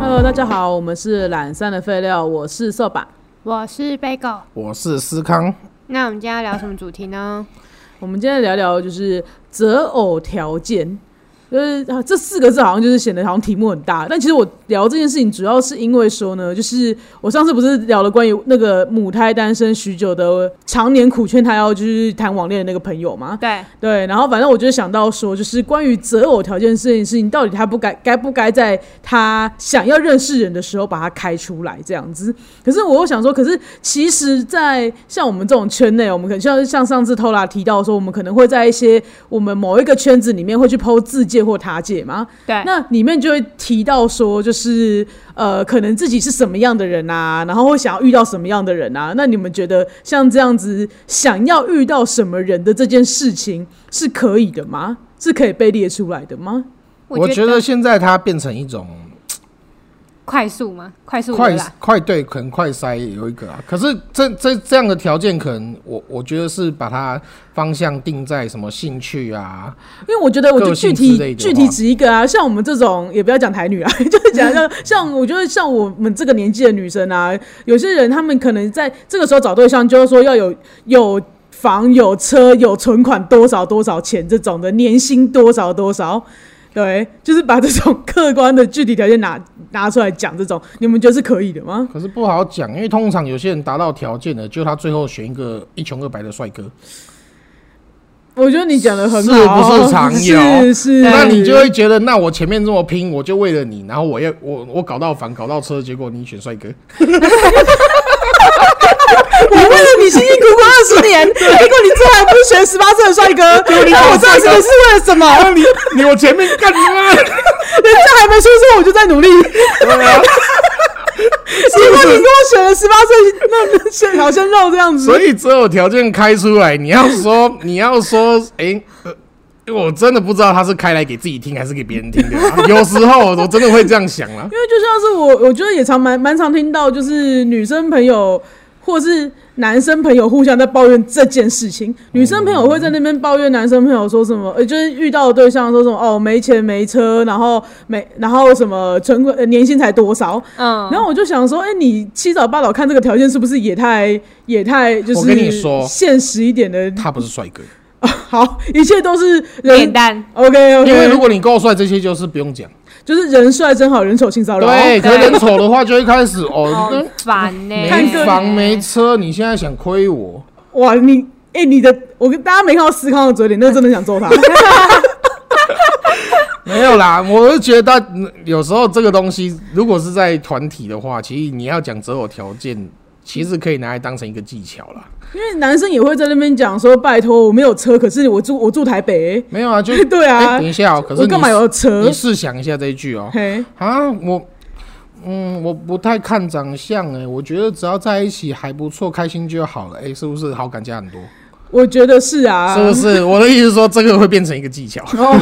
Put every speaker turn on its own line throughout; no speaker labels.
Hello，大家好，我们是懒散的废料，我是瘦吧。
我是 Bagel。
我是思康，
那我们今天要聊什么主题呢？
我们今天聊聊就是择偶条件，就是、啊、这四个字好像就是显得好像题目很大，但其实我聊这件事情主要是因为说呢，就是我上次不是聊了关于那个母胎单身许久的常年苦劝他要就是谈网恋的那个朋友嘛，
对，
对，然后反正我就想到说，就是关于择偶条件这件事情，到底他不该该不该在他想要认识人的时候把它开出来这样子。可是我又想说，可是其实，在像我们这种圈内，我们可能像像上次偷拉提到说，我们可能会在一些我们某一个圈子里面会去剖自介或他介嘛，
对，
那里面就会提到说，就是呃，可能自己是什么样的人啊，然后会想要遇到什么样的人啊。那你们觉得像这样子想要遇到什么人的这件事情是可以的吗？是可以被列出来的吗？
我觉得现在它变成一种
快速嘛，快速的
快
啦，
快对，可能快筛也有一个啊。可是这这这样的条件，可能我我觉得是把它方向定在什么兴趣啊，
因为我觉得，我就
个
具
性之
体
类的
具
话
体指一个啊，像我们这种，也不要讲台女啊， 就是讲
嗯
像像我觉得像我们这个年纪的女生啊，有些人她们可能在这个时候找对象，就是说要有有房有车有存款多少多少钱这种的，年薪多少多少。对，就是把这种客观的具体条件拿拿出来讲，这种你们觉得是可以的吗？
可是不好讲，因为通常有些人达到条件的，就他最后选一个一穷二白的帅哥，
我觉得你讲的很
是
好，
不是常有
是是，
那你就会觉得，那我前面这么拼，我就为了你，然后我要我我搞到房搞到车，结果你选帅 哥，
我为了你辛辛苦苦二十 年，结果你最后还不是选十八岁的帅哥，那我这二十年是为了什么？
你你 我前面干你妈的，
人家还没出生我就在努力，结
对啊
果你给我选了十八岁那选小鲜肉这样
所
子，
以择偶条件开出来，你要说 你要说，哎、呃我真的不知道他是开来给自己听还是给别人听 的啊、有时候我真的会这样想啊啦。
因为就像是我，我觉得也常蛮蛮常听到，就是女生朋友或是男生朋友互相在抱怨这件事情，女生朋友会在那边抱怨男生朋友说什么，
嗯
呃，就是遇到的对象说什么哦没钱没车，然后没然后什么存款、呃、年薪才多少，
嗯，
然后我就想说，哎、你七早八早看这个条件是不是也太也太就是
我跟你说
现实一点的？
他不是帅哥，
好，一切都是
脸
人。
蛋，
OK
因为如
OK，
果你够帅，这些就是不用讲。
就是人帅真好，人丑性骚扰。
对，可是
对
人丑的话就会开始
好
哦，
烦呢、
看个
没房没车，你现在想亏我？
哇，你哎、你的，我跟大家没看到思康的嘴脸，那个真的想揍他。
没有啦，我是觉得嗯有时候这个东西，如果是在团体的话，其实你要讲择偶条件，其实可以拿来当成一个技巧啦。
因为男生也会在那边讲说，拜托，我没有车，可是我住我住台北、
没有啊，就
欸。 对
哎、
啊
等，一下哦、可是
我
你
干嘛有车
你？试想一下这一句哦、
嘿，
啊，我，嗯，我不太看长相哎、我觉得只要在一起还不错，开心就好了哎、是不是好感加很多？
我觉得是啊，
是不是？我的意思是说，这个会变成一个技巧。啊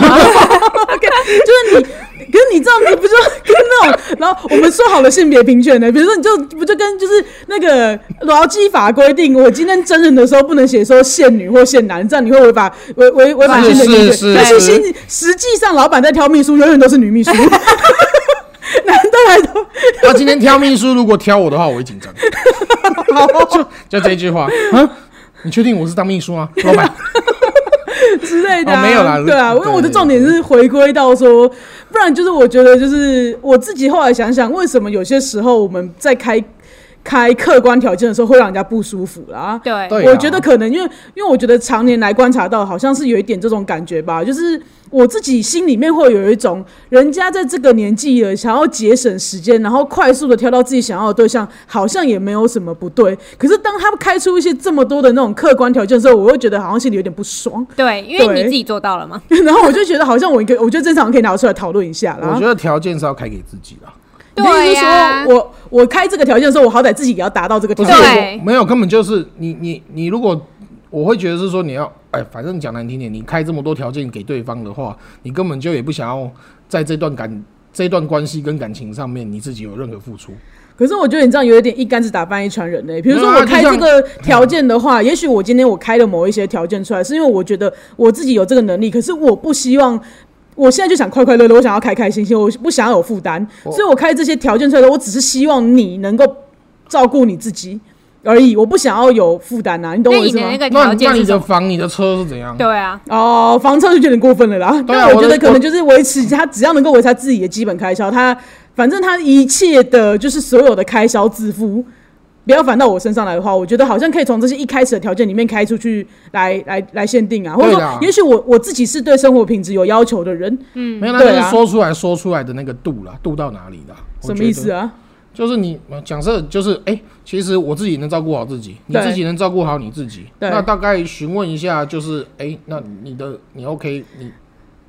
就是你，可是你这样子不就跟那种，然后我们说好了性别平权呢？比如说你就不就跟就是那个劳基法规定，我今天真人的时候不能写说限女或限男，这样你会违法违违违反性别平权。
是是
但是
是
心实际上，老板在挑秘书，永远都是女秘 书。 男的来都
他今天挑秘书，如果挑我的话，我会紧张。就就这一句话啊，你确定我是当秘书吗，老板？
之类的、啊
哦没有啦
对啊，因
对
为我的重点是回归到说，不然就是我觉得就是我自己后来想想，为什么有些时候我们在开开客观条件的时候会让人家不舒服啦？
对
对啊
我觉得可能因为因为我觉得常年来观察到，好像是有一点这种感觉吧，就是我自己心里面会有一种，人家在这个年纪了，想要节省时间，然后快速的挑到自己想要的对象，好像也没有什么不对。可是当他们开出一些这么多的那种客观条件的时候，我会觉得好像心里有点不爽，
对，因为
对
你自己做到了嘛。
然后我就觉得好像我一个，我觉得正常可以拿出来讨论一下
我
啦
觉。得条件是要开给自己的，
你的意思是
呀、
说我我开这个条件的时候，我好歹自己也要达到这个条
不是
件。
对
我没有，根本就是你你你，如果我会觉得是说你要，哎，反正讲难听点，你开这么多条件给对方的话，你根本就也不想要在这段感这段关系跟感情上面你自己有任何付出。
可是我觉得你这样有一点一竿子打翻一船人嘞、比如说
没有啊
我开
就
这
像
个条件的话，也许我今天我开了某一些条件出来，是因为我觉得我自己有这个能力，可是我不希望。我现在就想快快乐乐，我想要开开心心，我不想要有负担，
我
所以我开这些条件出来的，我只是希望你能够照顾你自己而已，我不想要有负担啊，你懂
那
我意
你
思
的
吗
那？个
那
条
那
件
你
是什
的
么？
房、你的车是怎样？
对啊，
哦，房车就有点过分了啦。
对啊
但我觉
我的
得可
我
能就是维持他只要能够维持他自己的基本开销，他反正他一切的就是所有的开销自负，不要反到我身上来的话，我觉得好像可以从这些一开始的条件里面开出去来来来限定啊，或者
对啦
说，也许我我自己是对生活品质有要求的人，
没有，那
对
就是
啊
说出来说出来的那个度啦，度到哪里啦？我
什么
觉
意
得
思啊？
就是你呃假设就是哎、其实我自己能照顾好自己，你
对
自己能照顾好你自己，
对
那大概询问一下，就是哎、那你的你 OK，你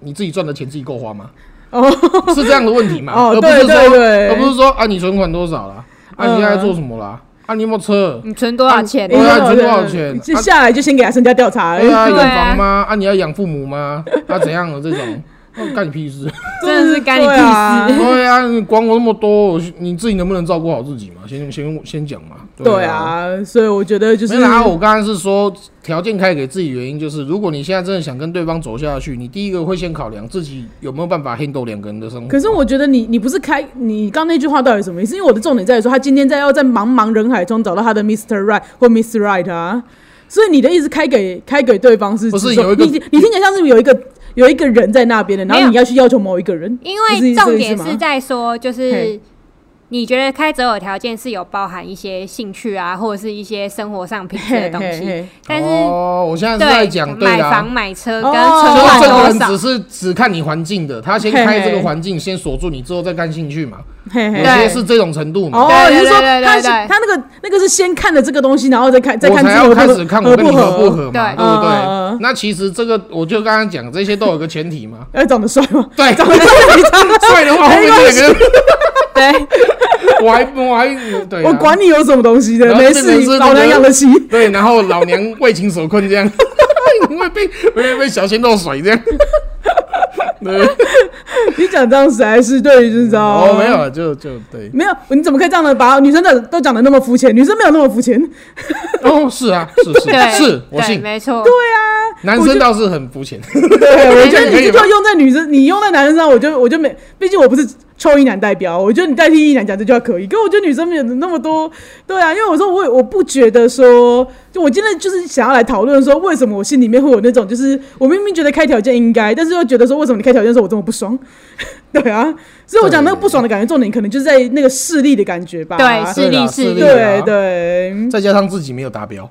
你自己赚的钱自己够花吗？
哦，
是这样的问题嘛？
哦
而不是说
对对对
而不是说啊，你存款多少啦？啊，你现
嗯
在在做什么啦？啊，你有没有车？
你存多少钱
我？要
哎
存多少钱
接
啊
下来就先给他身家调查而哎
对
已，
啊，有
对啊
房吗？啊，你要养父母吗？啊，怎样的这种？ 那干你屁事！
真的是干你
对啊
屁事！
对啊，你管我那么多，我你自己能不能照顾好自己嘛？先先先讲嘛。
对，啊，所以我觉得就是
没啦，我刚刚是说条件开给自己，原因就是如果你现在真的想跟对方走下去，你第一个会先考量自己有没有办法 handle 两个人的生活。
可是我觉得你你不是开你刚那句话到底什么意思？因为我的重点在于说，他今天在要在茫茫人海中找到他的 Mr. Right 或 Miss Right 啊，所以你的意思开给开给对方是
不是
指说
有一个
你你听起来像是有一个有一个人在那边的，然后
没有
你要去要求某一个人，
因
不是
为
这个
重
意思
点
吗
是在说，就是
嘿
你觉得开择偶条件是有包含一些兴趣啊，或者是一些生活上品质的东
嘿
西，
嘿
但是
哦，我现在是在
对
讲对
买
的啊
房、。买车跟
哦
存
就是
款
这个
多
人
少
只，是只看你环境的，他先
嘿嘿
开这个环境，先锁住你之后再看兴趣嘛。
嘿
有
嘿
对
些是这种程度嘛。
哦，你
对对对
是说
对对
他
对
是
对
他那个那个是先看了这个东西，然后再看再
我
看
才
这
要
个
开始看我
合
跟你合
合，
不合嘛，
对
对不
嗯嗯
对
嗯？。
那其实这个我就刚刚讲，这些都有个前提嘛
哎，长得帅吗？
对，
长得帅，你长 得
帅的话，后面这两个人
对，
我还我还对啊，
我管你有什么东西的，
然后
没
变成
事
是，那
老
个
娘养得起。
对，然后老娘为情所困这样， 因为被被被小鲜肉甩这样。 对，
你讲这样实在是对，你知道吗？
哦，没有，啊，就就对。
没有，你怎么可以这样的把女生的都讲的那么肤浅？女生没有那么肤浅，
哦，是啊，是
对，
是是，我
对
信。
没错，
啊
男生倒是很肤浅，
对，
哎
我觉得
可以
你
吧
就用在女生，你用在男生上，我就我就没，毕竟我不是臭一男代表，我觉得你代替一男讲这句话可以，可我觉得女生没有那么多，对啊，因为我说我也我不觉得说，就我今天就是想要来讨论说，为什么我心里面会有那种，就是我明明觉得开条件应该，但是又觉得说，为什么你开条件的时候我这么不爽？ 对啊，所以我讲那个不爽的感觉，重点可能就是在那个势力的感觉吧。
对
对
势力
啦
势
势
力
力
对
啊
对，
再加上自己没有达标。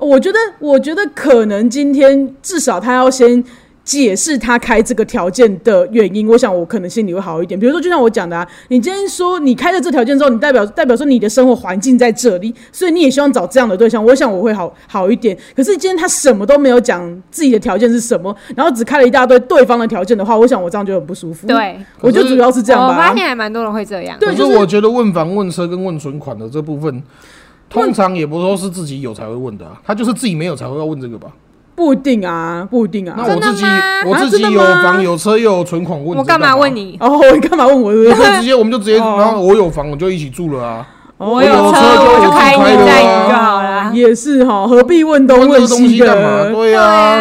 我觉得，我觉得可能今天至少他要先解释他开这个条件的原因。我想我可能心里会好一点。比如说，就像我讲的啊，你今天说你开了这条件之后，你代表代表说你的生活环境在这里，所以你也希望找这样的对象。我想我会好好一点。可是今天他什么都没有讲自己的条件是什么，然后只开了一大堆对方的条件的话，我想我这样就很不舒服。，
对，
我觉得主要是这样
我
吧
发。现还蛮多人会这样，
对
可是
就是
我觉得问房、问车跟问存款的这部分，通常也不都是自己有才会问的啊，他就是自己没有才会要问这个吧？
不一定啊，不一定啊
那。我
真的
自己
吗
我自
啊真
己
的
有
吗
房有车又有存款，问
我
这干
干嘛问
你？
你？
哦，你干嘛问我？对
我
不对
就直 接我们就直接，
哦
然后我有房我就一起住了啊。
我
有
有
车
车，
就
我就
有
开一
车
个
开
在
的
你就
啊
好啦。
也是哈，何必问东
问这个东
西
西
的？欸
干嘛？
对
对啊，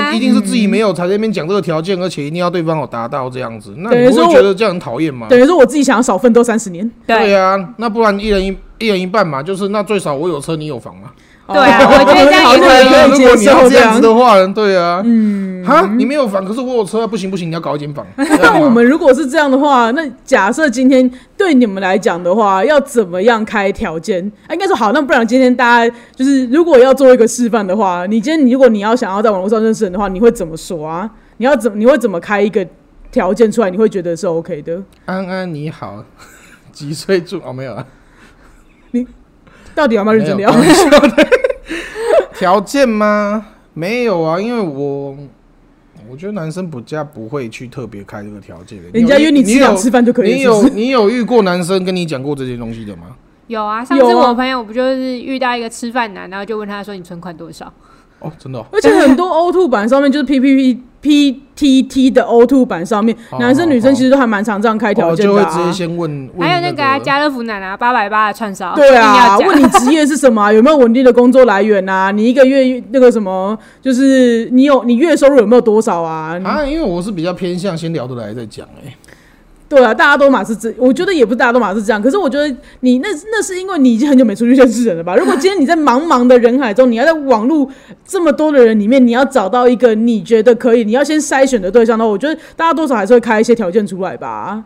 啊
一定是自己没有才在那边讲这个条件，而且一定要对方有达到这样子，那
等于
你不
说
会
我
觉得这样很讨厌吗？
等于说我自己想要少奋斗三十年。
对
对
啊，那不然一人一一人一半嘛，就是那最少我有车，你有房嘛。
对啊
哦
我觉得这 样也
好像可
啊，
以
如
接
果你要
受
这样
样。
子的话，对啊，嗯，哈，你没有房，可是我有车，啊不行不行，你要搞一 间房。啊
那我们如果是这样的话，那假设今天对你们来讲的话，要怎么样开条件？啊、应该说好，那不然今天大家就是如果要做一个示范的话，你今天你如果你要想要在网络上认识人的话，你会怎么说啊？你要怎么你会怎么开一个条件出来？你会觉得是 OK 的？
安安你好， 几岁住？哦，没有啊，
到底要不要认真
没
聊
有？开玩笑的 条件吗？没有啊，因为我。我觉得男生不加不会去特别开这个条件的，
人家约
你
你
有
吃饭吃饭就可以了
你
是不
有
是
你有遇过男生跟你讲过这些东西的吗？
有啊，上
有
次
啊
我朋友不就是遇到一个吃饭男，然后就问他说你存款多少？
哦，真的、哦，
而且很多 O two 版上面就是 P P P PTT 的 O2 版上面，
哦
男生女生其实都还蛮常这样开条
哦，
件
就
的、
会
啊
直接先问问
还有那
那
个啊，家乐福奶奶八百八的串烧，
对
一
啊，
定要
问
讲。
你职业是什么啊、有没有稳定的工作来源啊？你一个月那个什么，就是你有你月收入有没有多少啊？你
啊，因为我是比较偏向先聊得来再讲哎、
对啊，大家都嘛是这，我觉得也不是大家都嘛是这样。可是我觉得你那那是因为你已经很久没出去认识人了吧？如果今天你在茫茫的人海中，你要在网络这么多的人里面，你要找到一个你觉得可以，你要先筛选的对象的话，我觉得大家多少还是会开一些条件出来吧。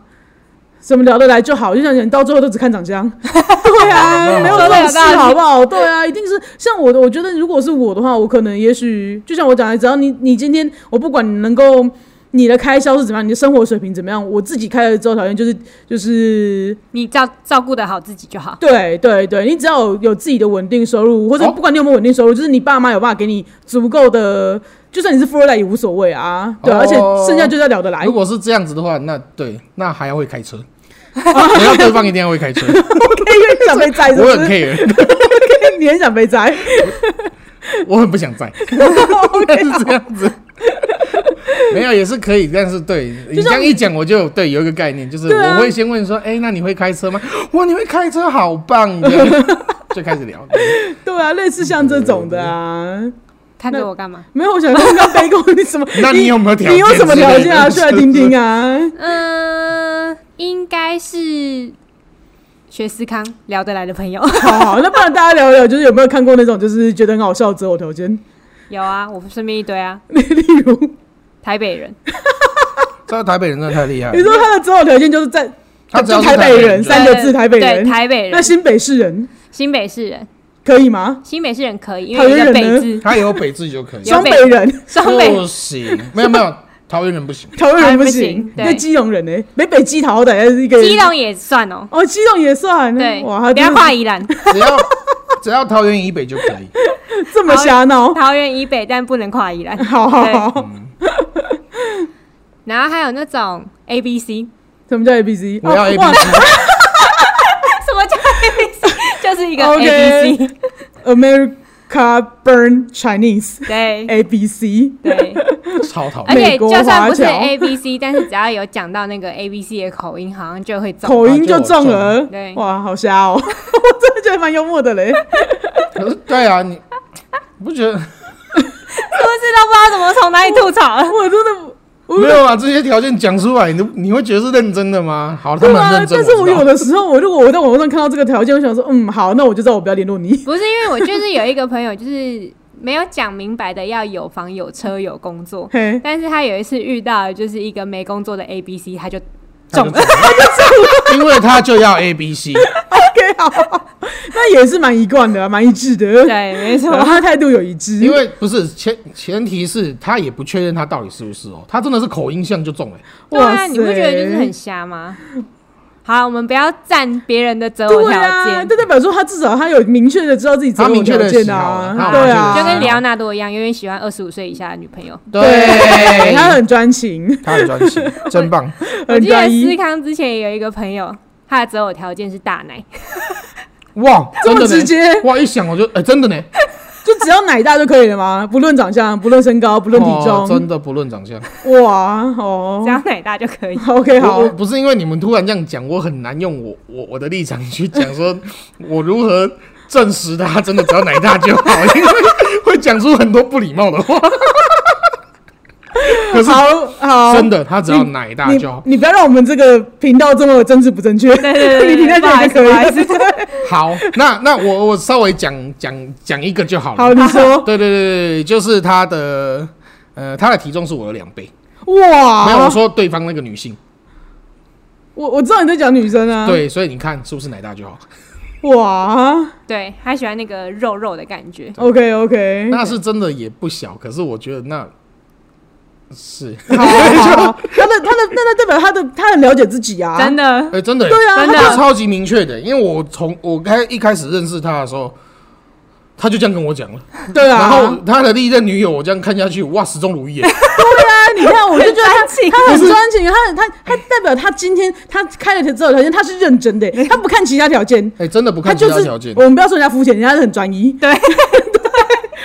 什么聊得来就好，就像你到最后都只看长相，对啊，
嗯
没有那种事好不好？ 对啊，一定是像我的，我觉得如果是我的话，我可能也许就像我讲的，只要你你今天我不管你能够你的开销是怎么样，你的生活水平怎么样，我自己开了之后条件就是就是
你照照顾得好自己就好。
对对对，你只要有有自己的稳定收入，或者
哦
不管你有没有稳定收入，就是你爸妈有办法给你足够的，就算你是富二代也无所谓啊，对啊，
哦
而且剩下就是要聊得来
如。果是这样子的话，那对，那还要会开车， 你要对方一定要会开车，
OK，因为你想 被宰，是
我
不
很
是？
care，
你很想被宰。
我很不 想在， 是这样子。没有也是可以，但是对你这样一讲，我就有对有一个概念，就是
对啊
我会先问说，哎、那你会开车吗？哇，你会开车，好棒！ 这样就开始聊，对
对啊，类似像这种的
嗯
啊。
看着我干嘛？
没有，我想刚刚杯弓，你什么？
那你有没有条件
你有什么条件啊？
之
出
类
来
的
听听啊！
嗯、应该是学思康聊得来的 朋友。
好好，那不然大家聊一聊，就是有没有看过那种就是觉得很好笑的择偶条件？
有啊，我身边一堆啊，
例如，
台北人。
这个台北人真的太厉害
你
了，
说他的择偶条件就是在
他只要
就是台北人
就
三个字
对
台北人
对台北
那
人，
新北市人
新北市人，
可以吗？
新北市人可以，因为有一
桃园
个
人
北
呢 哦
字，
他有北字就可以，
有
双
北
北 人、
双北
不行， 没有没有，桃园人不行，
桃园人不
桃园不
行
行，对
那基隆人呢？北北基桃歹也是一个
基隆也算哦。
哦，基隆也算
对，
哇，他
不要
真的
跨 宜兰，
只要只要桃园以北就可以。
这么瞎闹，
桃园以北，但不能 跨宜兰。
好好好，
然后还有那种 A B C，
什么叫 A B C？哦
我要 A B
哇
C，
什么叫 A B C？就是一个
OK
A B C，
America Burn Chinese
对
A B C，
对。
超讨
而
厌。
且
哎美国
就算不是
华侨
A B C，但是只要有讲到那个 A B C 的口音，好像就会中。
口音就中了
对，
哇，好瞎哦！ 我真的觉得蛮幽默的 嘞。
可是对啊，你你不觉得
是不是都不知道怎么从哪里吐槽 了？
我真的我
没有把啊这些条件讲出来，你都你会觉得是认真的吗？好，他
对
们很
啊
认，真。
但是我
知道
有的时候，我如果我在网络上看到这个条件，我想说，嗯，好，那我就知道我不要联络你。
不是因为我就是有一个朋友，就是没有讲明白的要有房有车有工作，
嘿，
但是他有一次遇到就是一个没工作的 A B C，他就
他
中
就
了。
因为他就要 A B C，
OK，好，那也是蛮一贯的啊，蛮一致的。
对，没错
对，啊他态度有一致，
因为不是前前提是他也不确认他到底是不是哦，他真的是口音像就中了。
对啊，你不觉得就是很
很
瞎吗？好，我们不要占别人的择偶
对
条
啊？
件，
这代表说他至少他有明确的知道自己择
他
偶
明确
条
的
件
喜好
啊
他，
对
明确的喜好
啊，
就跟里奥纳多一样，永远喜欢二十五岁以下的女朋友。
对， 他很专情，
他很专心，真 棒。
我
很
记得
专
思
一，
康之前也有一个朋友，他的择偶条件是大奶，
哇，
这
真
么
的
直
呢？
接，
哇，一想我就哎，真的呢。
就只要奶大就可以了吗？不论长相，不论身高，不论体
哦真
重，
的不论长相。
哇哦
只要奶大就可以。
，OK，好
我我，不是因为你们突然这样讲，我很难用我我我的立场去讲 说，我如何证实他真的只要奶大就好， 因为会讲出很多不礼貌的话。 可是
好好，
真的，他只要奶大就好。
你你不要让我们这个频道这么政治不正确，
对对对
你停在
对，不好
这
意
里
思，不好意
就可以
思
了。。
好，那那我我稍微讲讲讲一个就好 了。
好，你 说，
对对对对，就是他的呃，他的体重是我的两倍。没有，我
哇，
说对方那个女性，
我我知道你在讲女生啊，，
对，所以你看是不是奶大就好？
哇
对，他喜欢那个肉肉的感觉。
，OK OK，
那是真的也不小，可是我觉得那是。
好，好好 他的他的那那代表他的他很了解自己啊，
真的
哎、真的耶，
对啊
真的
他超级明确的，因为我从我开一开始认识他的时候，他就这样跟我讲了。
对啊，
然后他的历任女友，我这样看下去，哇，始终 如一耶。
那你看，我 就觉得他
很专情
他很专情，他很他他代表他今天他开了择偶条件，他是认真的，他不看其他条件，
哎、真的不
他
看其
就
他
是
条件，
我们不要说人家肤浅，人家是很专一，
对，
人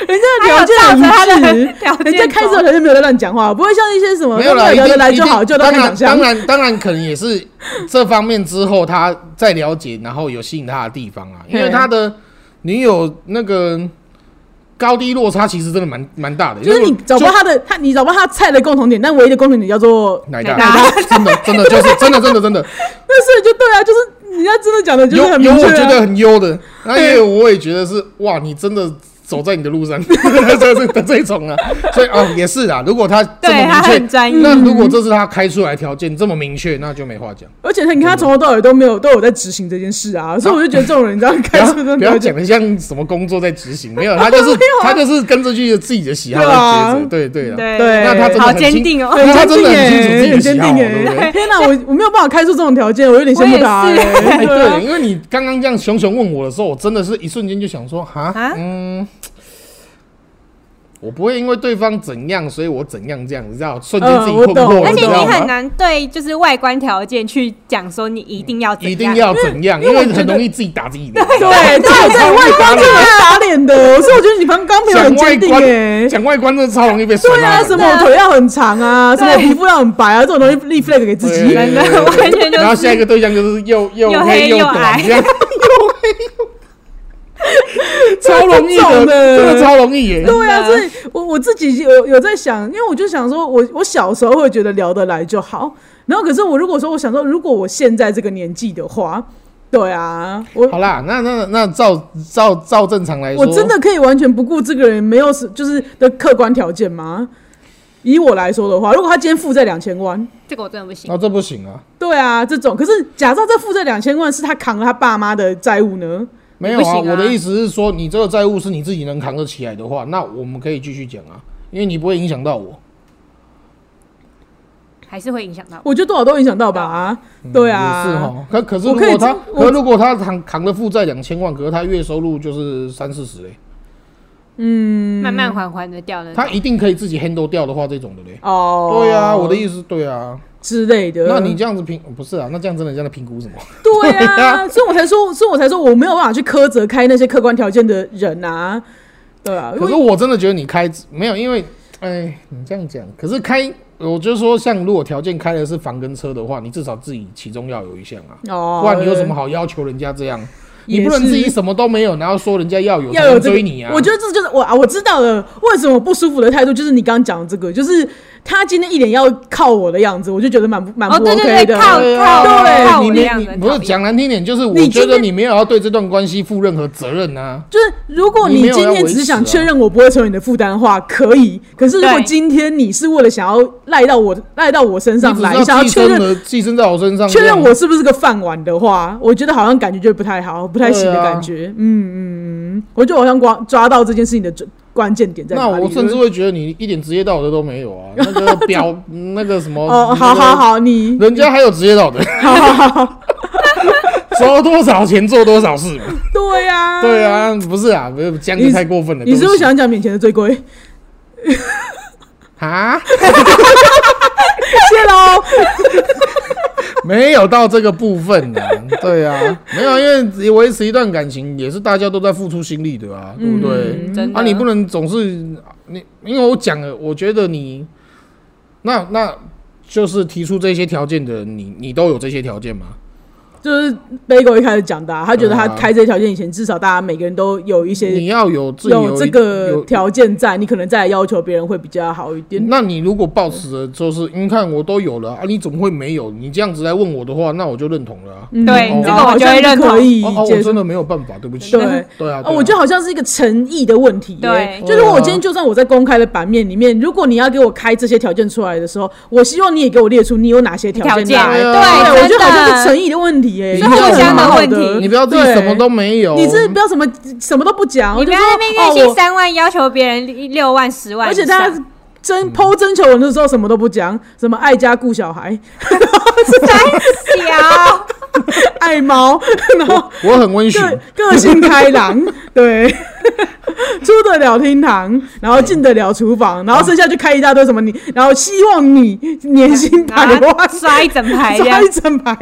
家的条件很
他有照着他的
一致，
条件
人家开车的条件没有在乱讲话，不会像一些什么
没有啦，一
聊得
定
来
一
就
定
好，就都
当
看长
然当
相。
然当然可能也是这方面之后他再了解，然后有吸引他的地方啊，因为
嘿
他的女友那个高低落差其实真的蛮蛮大的，
就是你找不到
就
他的他，你找不到他菜的共同点，但唯一的共同点叫做，
奶大
奶大，
真的真的就是真的真的真的
那所以就对啊，就是人家真的讲 的就
有
是很
有
明确
我
啊、
觉得很优的，那也有我也觉得是哇，你真的。走在你的路上， 这是的这种啊，所以哦也是啊。如果他这么
对他
明
很
确，
专业，
那如果这是他开出来条件这么明确，那就没 话讲。
而且你看他从头到尾都没有都有在执行这件事啊，所以我就觉得这种人，你知道
不
开
要
车都
不
没
要
有
讲的像什么工作在执行，没 有，他就是、他就是跟着去自己的喜好
啊对啊
来抉择，对对啊，
对
对
那他真的
好
很
坚
清
定哦
啊
那他真的很清楚自己
欸很
的
坚
喜
定
好，
耶
对不对？
天哪，我我没有办法开出这种条件，我有点羡慕他、
我也是
哎
哎，
对啊
对，因为你刚刚这样熊熊问我的时候，我真的是一瞬间就想说，哈，
啊
嗯，我不会因为对方怎样，所以我怎样这样，你知道，瞬间自己
嗯我
困惑
懂
了，
而
你
且
知道
你很
吗？
难对就是外观条件去讲说你一定要怎样，
一定要怎样，
因为
因
因为
为
我觉
很
得
容易自己打自己脸。
对，这个在外观真的蛮打脸的，所以我觉得你刚刚没有
讲
很坚
外
定
观
哎，。
讲外观真的超容易被甩
对
烂
啊，
的
什么我腿要很长啊，什么我皮肤要很白啊，这种东西立 flag 给自己。
对
真的 完全就是
然后下一个对象就是又又
又黑
又
又
短
矮
这样，
超
超容易的，真的超容易耶。
对啊，
真的
所以我我自己有有在想，因为我就想说我，我小时候会觉得聊得来就好，然后可是我如果说我想说，如果我现在这个年纪的话，对啊，我
好啦，那那那照照照正常来说，
我真的可以完全不顾这个人没有什就是的客观条件吗？以我来说的话，如果他今天负债两千万，
这个我真的不行。
哦，这不行啊，
对啊，这种可是假设这负债两千万是他扛了他爸妈的债务呢？
没有
不行啊
我的意思是说，你这个债务是你自己能扛得起来的话，那我们可以继续讲啊，因为你不会影响到我。
还是会影响到我。
我觉得多少都影响到吧，对啊，
嗯也是哦哈。可可是
我
如
可以
果他，
这我
可如果他扛扛的负债两千万，可是他月收入就是三四十嘞，
慢慢缓缓的掉的那
他
种。
一定可以自己 handle 掉的话，这种的嘞。
哦，
对啊，我的意思，对啊。
之类的。
那你这样子评不是啊？那这样真的这样评估什么？
对
对
啊，
啊
所以我才说，所以我才说我没有办法去苛责开那些客观条件的人啊，对啊，
可是
因为
我真的觉得你开没有，因为哎，你这样讲，可是开，我就说像如果条件开的是房跟车的话，你至少自己其中要有一项啊，
哦，
不然你有什么好要求人家这样？
也
你不能
是
自己什么都没有，然后说人家要有
要有
才能
这个
追你啊？
我觉得这就是我啊，我知道了，为什么不舒服的态度就是你刚刚讲的这个，就是他今天一脸要靠我的样子，我就觉得蛮不蛮
哦，
不
对
OK
对
的。啊
对，靠
对
靠
对
靠
你
我的
没
样
你
子，
不是讲难听点，就是我
你今
觉得
天
你没有要对这段关系负任何责任啊。
就是如果
你
你
没有
今
要
天
维
只是
持
想
啊
确认我不会成为你的负担的话，可以。可是如果
对
今天你是为了想要赖到我赖到我身
你
上
只
来，
是
想
要
要
寄
确认
生的寄生在我身上这
确
样，
认我是不是个饭碗的话，我觉得好像感觉就不太好，不太行的感
啊
觉。嗯嗯嗯，我就好像抓抓到这件事情的准关键点在哪
那
里了。哦
我甚至会觉得你一点职业道德都没有 啊，那个表那个什么
哦，好好，好，你
那个人家还有职业道德，
好好好好，
收多少钱做多少事嘛。
对呀、
对，啊，不是啊，不是这样就太过分了。
你是不是
对
想讲免钱的最贵？
起啊？
谢喽。
没有到这个部分呢、对啊，没有，因为维持一段感情也是大家都在付出心力的啊，对不对？
嗯
真的
啊，你不能总是你，因为我讲了，我觉得你，那那就是提出这些条件的人，你你都有这些条件吗？
就是 Bagel 一开始讲的、啊，他觉得他
对啊
开这条件以前，至少大家每个人都有一
你
些
要有自己
有
一
这个
有
条件在，你可能再来要求别人会比较好一
嗯
点。
那你如果抱持的就是，你看我都有了啊，你怎么会没有？你这样子来问我的话，那我就认同了啊。
嗯
对
哦
这个
好
我就会
像是
认同
可以
哦哦，
接
我
受
真的没有办法，对不起。
嗯对。
对啊，
哦，
对啊
我觉得好像是一个诚意的问题、
对
就是我今天就算我在公开的版面里面，如果你要给我开这些条件出来的时候，我希望你也给我列出你有哪些条件
条
来。
件
对
对，
啊
我觉
真
得
的
好像是诚意的问题、哎，
是
这
互相的
蛮好
问题
你不要自己
对
什么都没有，
你是不要什么什么都不讲，我
你
就
不
说
要在那边
哦
月薪
我，
三万要求别人一六万十万
而
以
且
上，
他征剖征求文的时候什么都不讲，什么爱家顾小孩，
小，
爱猫，然后
我很温驯
个，个性开 朗，对，出得了厅堂，然后进得了厨房，然后剩下就开一大堆什么你，然后希望你年薪百
然后
万，
刷一整排这样
刷一整排，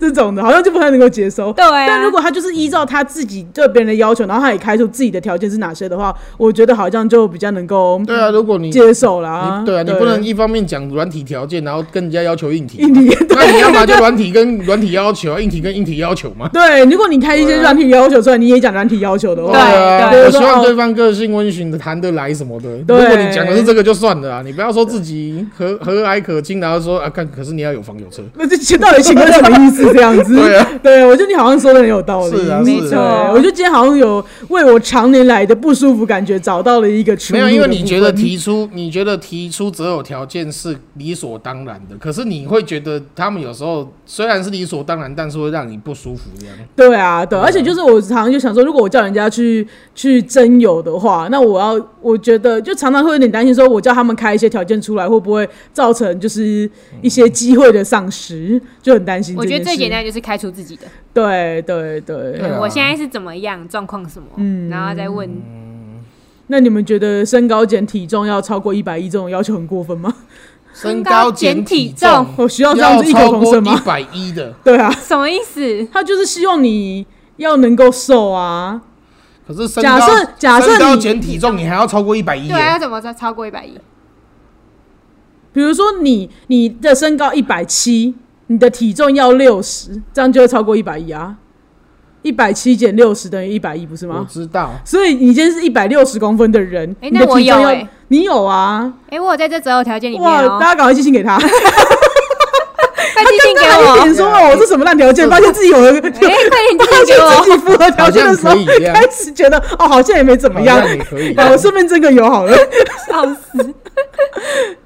这种的，好像就不太能够接收。
对啊，
但如果他就是依照他自己对别人的要求，然后他也开出自己的条件是哪些的话，我觉得好像就比较能够
对啊，如果你
接受啦。
你对啊，你不能一方面讲软体条件，然后跟人家要求硬体
硬。体
那你要么就软体跟软体要求，硬体跟硬体要求嘛。
对，如果你开一些软体要求出来，你也讲软体要求的话，
啊，
对
我希
对
望
对
对方个性温驯的谈得来什么的。如
对
果你讲的是这个就算了啊，你不要说自己和 和蔼可亲，然后说啊，看可是你要有房有车。
那这这到底请问什么意思？这样子？
对 啊，
我觉得你好像说的很有道理。
是啊
没
是
对，
错
我觉得今天好像有为我常年来的不舒服感觉找到了一个出
没有，
路
因为
的
你
部
觉得
分
提出， 你觉得提出择偶条件是理所当然的，可是你会觉得他们有时候虽然是理所当然，但是会让你不舒服这样。
对啊，
嗯
对，而且就是我常常就想说，如果我叫人家去去征友的话，那我要我觉得就常常会有点担心，说我叫他们开一些条件出来，会不会造成就是一些机会的丧失，就很担心。
我觉得最简
单，
单就是开除自己的，
对对对。
对啊
我现在是怎么样，状况什么，然后再问。
那你们觉得身高减体重要超过一百一这种要求很过分吗？
身
身
高
高
减
减
体
体
重
重
我需要这样
要
子异口
超
同
过
声
一
吗？
百一的，
对啊，
什么意思？
他就是希望你要能够瘦啊。
可是身
假
高
设假设
身高
你
减体重，你还要超过一百一
对啊，要怎么超超过一百一？
比如说你你的身高一百七，你的体重要六十，这样就会超过一百一啊。一百七减六十等于一百一，不是
我
吗？
知 道，
所以你今天是一百六十公分的人，
诶
你的
那我
体重
有
要、
诶
你有啊？
哎、我有在这择偶条件里面
哇，
哦、
大家赶快寄信给 他，他
快寄信给
刚
我
刚一，点说哦，我这什么烂条件，发现自己有了，发
哎、快点寄信给
现
我。
自己符合条件的时候
好像可以这，样
开始觉得哦，好像也没怎么样
好。像 也可以。
啊我顺便这个有好了，
笑死！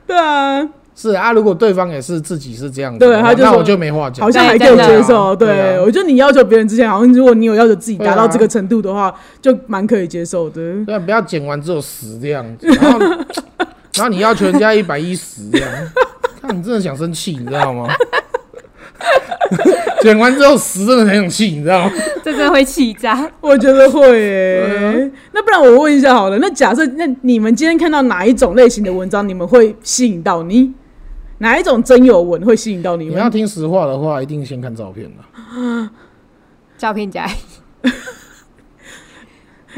对啊，
是啊，如果对方也是自己是这样子，
对他就
那
说
我就没话讲
好。像还可以
对真
接
的
受。
对啊对
对，
啊
我觉得你要求别人之前，好像如果你有要求自己达到
对啊
这个程度的话，就蛮可以接受的。
对啊，不要剪完只有十这样子，然后 然后你要求人家一百一十这样，看你真的想生气，你知道吗？ 剪完之后十真的很想气，你知道吗？
这真的会气炸。
我觉得会诶、
啊
那不然我问一下好了，那假设那你们今天看到哪一种类型的文章，你们会吸引到你？哪一种真有文会吸引到你
你要
们？
听实话的话，一定先看照片啦。
照片夹，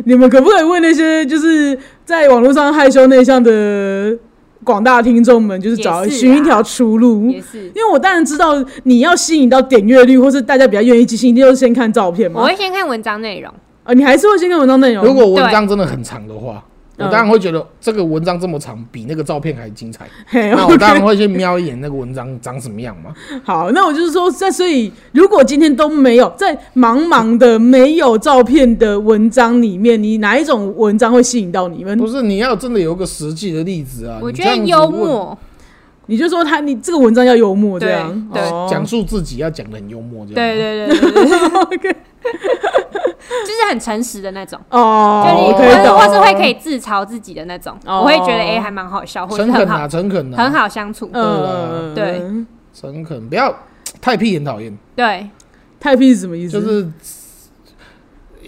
你们可不可以为那些就是在网络上害羞内向的广大听众们，就是找
也是啊
寻一条出路？
也是。
因为我当然知道你要吸引到点阅率，或是大家比较愿意寄信，一定就是先看照片
我
嘛。
会先看文章内容，
啊，你还是会先看文章内容。
如果文章真的很长的话，我
对
当然会觉得这个文章这么长，比那个照片还精彩。
嘿
那我
OK
当然会去瞄一眼那个文章长什么样嘛。
好，那我就是说，在所以如果今天都没有在茫茫的没有照片的文章里面，你哪一种文章会吸引到你们
不？是，你要真的有个实际的例子啊。
我
你
觉
这
得
样子
幽
问
默，
你就说他，你这个文章要幽默这样，
对对
哦
讲述自己要讲的很幽默，这样。
对对对对对，
OK
就是很诚实的那种，就
哦，
你
我
或
可以
是
懂，
或是会可以自嘲自己的那种，
哦
我会觉得哎还蛮好笑，或是
诚
很
恳
好
啊，诚恳啊，
很，好相处。
呃，
对啊，
诚恳，不要太屁很讨厌，
对
太屁是什么意思？
就是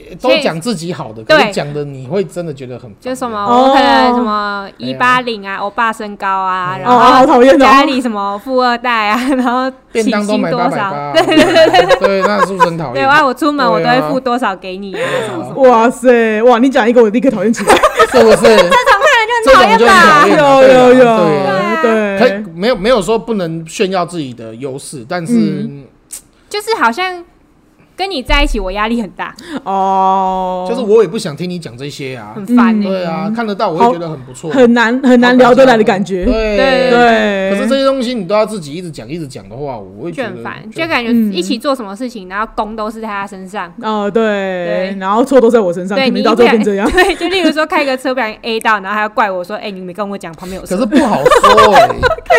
呃都讲自己好的，可
对
是讲的你会真的觉得很烦
就什么，
哦
我可能什么一八零啊，欧巴身高
嗯
啊，然
哦，好
后
讨厌哦，
家里什么富二代啊，然后
便当
起
都
薪
买
多
八啊百
少
八，，对 对对对，那是不是很讨
对
厌？
啊，我出门我都
对
会
啊
付多少给你啊，
对啊
什么什么，
哇塞，哇，你讲一个我立刻讨厌起来，
是不是？
这种
这种
看人
就
就很讨厌
很讨厌
吧。
有
对啊
有有，
对
啊
对，
可以没有没有说不能炫耀自己的优势，但是
嗯就是好像跟你在一起，我压力很大，
哦，
就是我也不想听你讲这些啊
很。烦欸。
对啊，看得到我会觉得很不错，啊
很难很难聊得来的感觉，
对
对
对。
可是这些东西你都要自己一直讲一直讲的话，我会
就
觉
很
得
烦，就感觉一起做什么事情，然后功都是在他身上。
哦，对
对，
然后错都在我身上，
对
可能
你一
到
不
最后
小。
变这样
对，就例如说开个车不小心 A 到，然后还要怪我说：“哎，你没跟我讲旁边有
可
车。
是不好 说哎、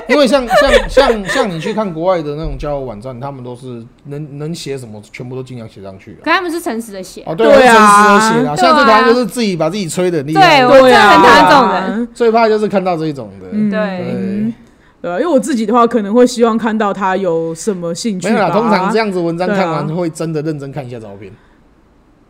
因为像像像像你去看国外的那种交友网站，他们都是能能写什么，全部都尽量写上去”啊。
可他们是诚实的写，
哦，对，
对
真
啊
实的写啊。现在最讨厌就是自己把自己吹的厉害，
对我真的
啊，
很讨厌这种人
最怕就是看到这种的。
嗯
对，
对，
对啊，因为我自己的话，可能会希望看到他有什么兴趣
没有啦，
吧。
通常这样子文章
对啊
看完会真的认真看一下照片，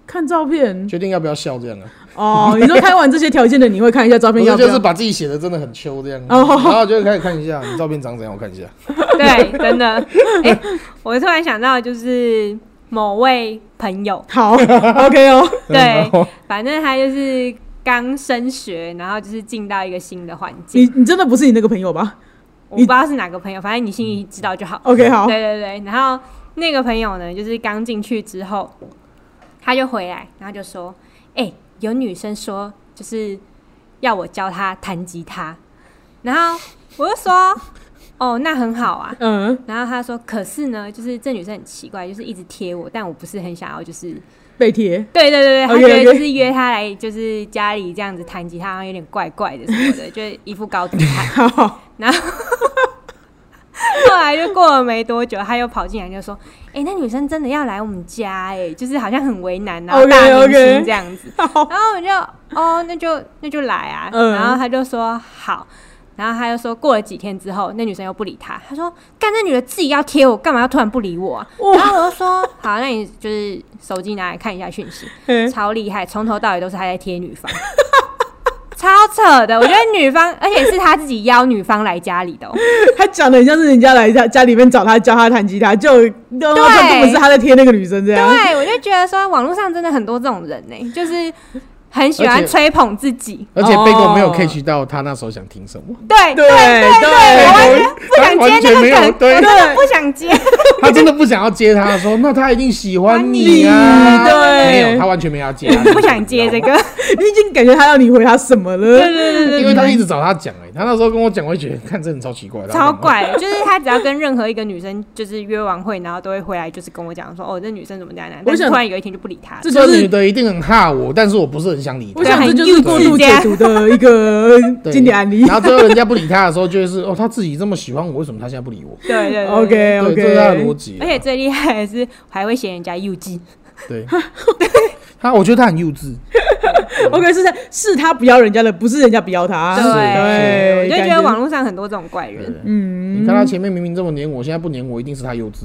看照片
决定要不要笑这样啊。
哦，你说开完这些条件的，你会看一下照
不
片
是
要不要？
就是把自己写的真的很秋这样，啊
哦
然后就开始看一下你照片长怎样，我看一下。
对，真的。 哎、我突然想到，就是某位朋友，
好，OK 哦，
对，反正他就是刚升学，然后就是进到一个新的环
你
境。
你真的不是你那个朋友吧
我不知道是哪个朋友，反正你心里知道就好。
？OK，好，嗯
对对对，然后那个朋友呢，就是刚进去之后，他就回来，然后就说：“哎、有女生说就是要我教她弹吉他。”然后我就说：“哦，那很好啊。”
嗯，
然后他说：“可是呢，就是这女生很奇怪，就是一直贴我，但我不是很想要，就是
被贴，
对对对对，他
OK，OK
觉得就是约她来，就是家里这样子弹吉他，好像有点怪怪的什么的，就是一副高姿态。
好好，
然后 后来就过了没多久，他又跑进来就说：‘哎、那女生真的要来我们家、哎，就是好像很为难，然后大
OK，OK
明星这样子。’
好，
然后我就哦，那就那就来啊。
嗯
然后他就说好，然后他又说过了几天之后，那女生又不理他，他说干那女的自己要贴我，干嘛要突然不理我啊？然
哇，
后我就说好，那你就是手机拿来看一下讯 息，
嘿
超厉害，从头到尾都是他在贴女方。 超扯的，我觉得女方，而且是他自己邀女方来家里的、哦，
他讲的很像是人家来家家里面找他教他弹吉他，就根根本是他在贴那个女生这样。
对，我就觉得说网络上真的很多这种人呢、就是很喜
而
欢
且
吹捧自己，
而且贝果没有
哦
catch 到他那时候想听什么，
对
对
对
对
我完全不想
完
接
全没有
那个梗，
对
我真的不 想接。
他真的不想要接他的时候，那他一定喜欢你啊。
你对
没有，他完全没有要接他，
不想接这个，
你已经感觉他要你回他什么了？
因为他一直找他讲哎、欸他那时候跟我讲，我就觉得看这人超奇怪，
超。怪。就是他只要跟任何一个女生就是约完会，然后都会回来，就是跟我讲说，哦，这女生怎么怎样怎样，但是
想
突然有一天就不理他了。
这
这
就
女
是
的一定很怕我，但是我不是很想理她
我。想这就是过度解读 的一个
对
经典案例
然。后最后人家不理他的时候，就是哦，他自己这么喜欢我，为什么他现在不理我？
对对对对
哎 OK
对，这是他的逻
OK，
辑啊、
而且最厉害的是还会嫌人家幼稚，
对，他我觉得他很幼稚，
OK 是在是他不要人家的，啊不是人家不要他。
对
对，
我就
感
觉得网络上很多这种怪人。
嗯，你看他前面明明这么黏我，现在不黏我，一定是他幼稚。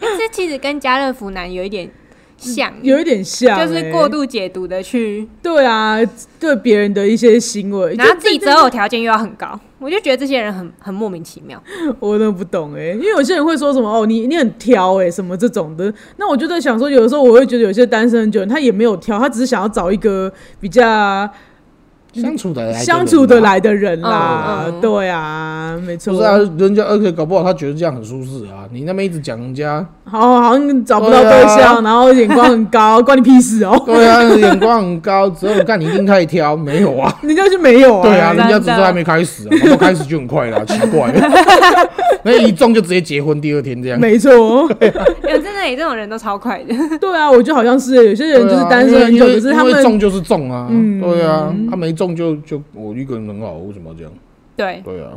这其实跟家乐福男有一点像，
嗯有一点像，欸
就是过。度解读的去，
对啊，对别人的一些行为，
然后
就
自己择偶条件又要很高，我就觉得这些人很很莫名其 妙。
我真的不懂哎、因为有些人会说什么哦，你你很挑哎、什么这种的。那我就在想说，有的时候我会觉得有些单身很久，他也没有挑，他只是想要找一个比较
哎相处的来的
相处的
人啊，
来的人啦。
嗯嗯
对啊，没错。
不是啊，人家而且搞不好他觉得这样很舒适啊。你那边一直讲人家，
好好像找不到对
对啊
象，然后眼光很高，关你屁事 哦、
对啊，眼光很高，只有看你一定太挑，没有 啊。
人家就没有啊。
对啊，
真的
人家只是还没开始啊，我开始就很 快啦，奇怪， 那一中就直接结婚，第二天这样。
没错，
有哎真的，你这种人都超快的。
对啊，我觉得好像是有些人就
对
是
啊
单身很
因
久，
为
可是
因
他
为
们嗯
中就是中啊，对啊，他没中就就我一个人很好，为什么要这样？
嗯
对，
对啊，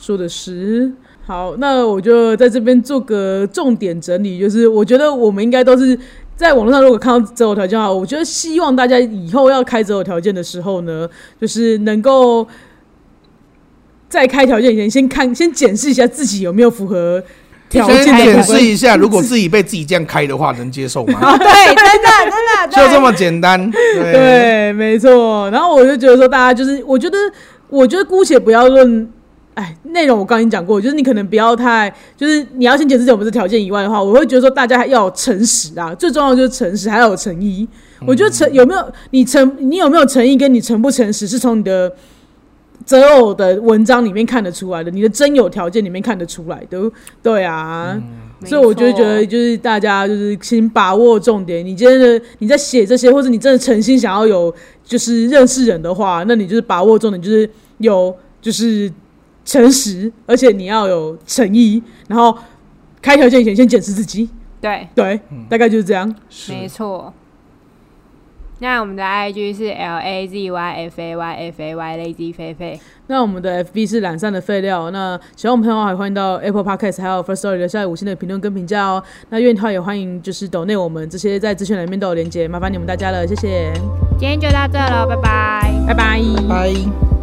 说的是。好，那我就在这边做个重点整理，就是我觉得我们应该都是在网络上如果看到择偶条件的话，啊我觉得希望大家以后要开择偶条件的时候呢，就是能够在开条件以前先看先检视一下自己有没有符合条
先
件的部
检
分
视一下，如果自己被自己这样开的话，能接受 吗？
哦，对，真的，真的，
就这么简单。对
对，没错。然后我就觉得说，大家就是，我觉得，我觉得姑且不要论，哎，内容我刚已经讲过，就是你可能不要太，就是你要先解释我们的条件以外的话，我会觉得说大家要有诚实啊，最重要的就是诚实，还要有诚意。我觉得诚有没有你诚，你有没有诚意，跟你诚不诚实，是从你的。择偶的文章里面看得出来的，你的真有条件里面看得出来的，对啊。所以我就觉得，就是大家就是请把握重点。你今天的你在写这些，或者你真的诚心想要有就是认识人的话，那你就是把握重点，就是有就是诚实，而且你要有诚意，然后开条件以前先检视自己。
对，
对，大概就是这样。
是
没错。那我们的 IG 是 L A Z Y F A Y F A Y Lazy 菲菲，
那我们的 FB 是懒散的废料。那喜欢我们朋友还欢迎到 Apple Podcast 还有 First Story 留下五星的评论跟评价哦。那愿意的话也欢迎就是抖内我们这些在资讯栏里面都有连接，麻烦你们大家了，谢谢，
今天就到这了，拜拜。
拜拜
拜。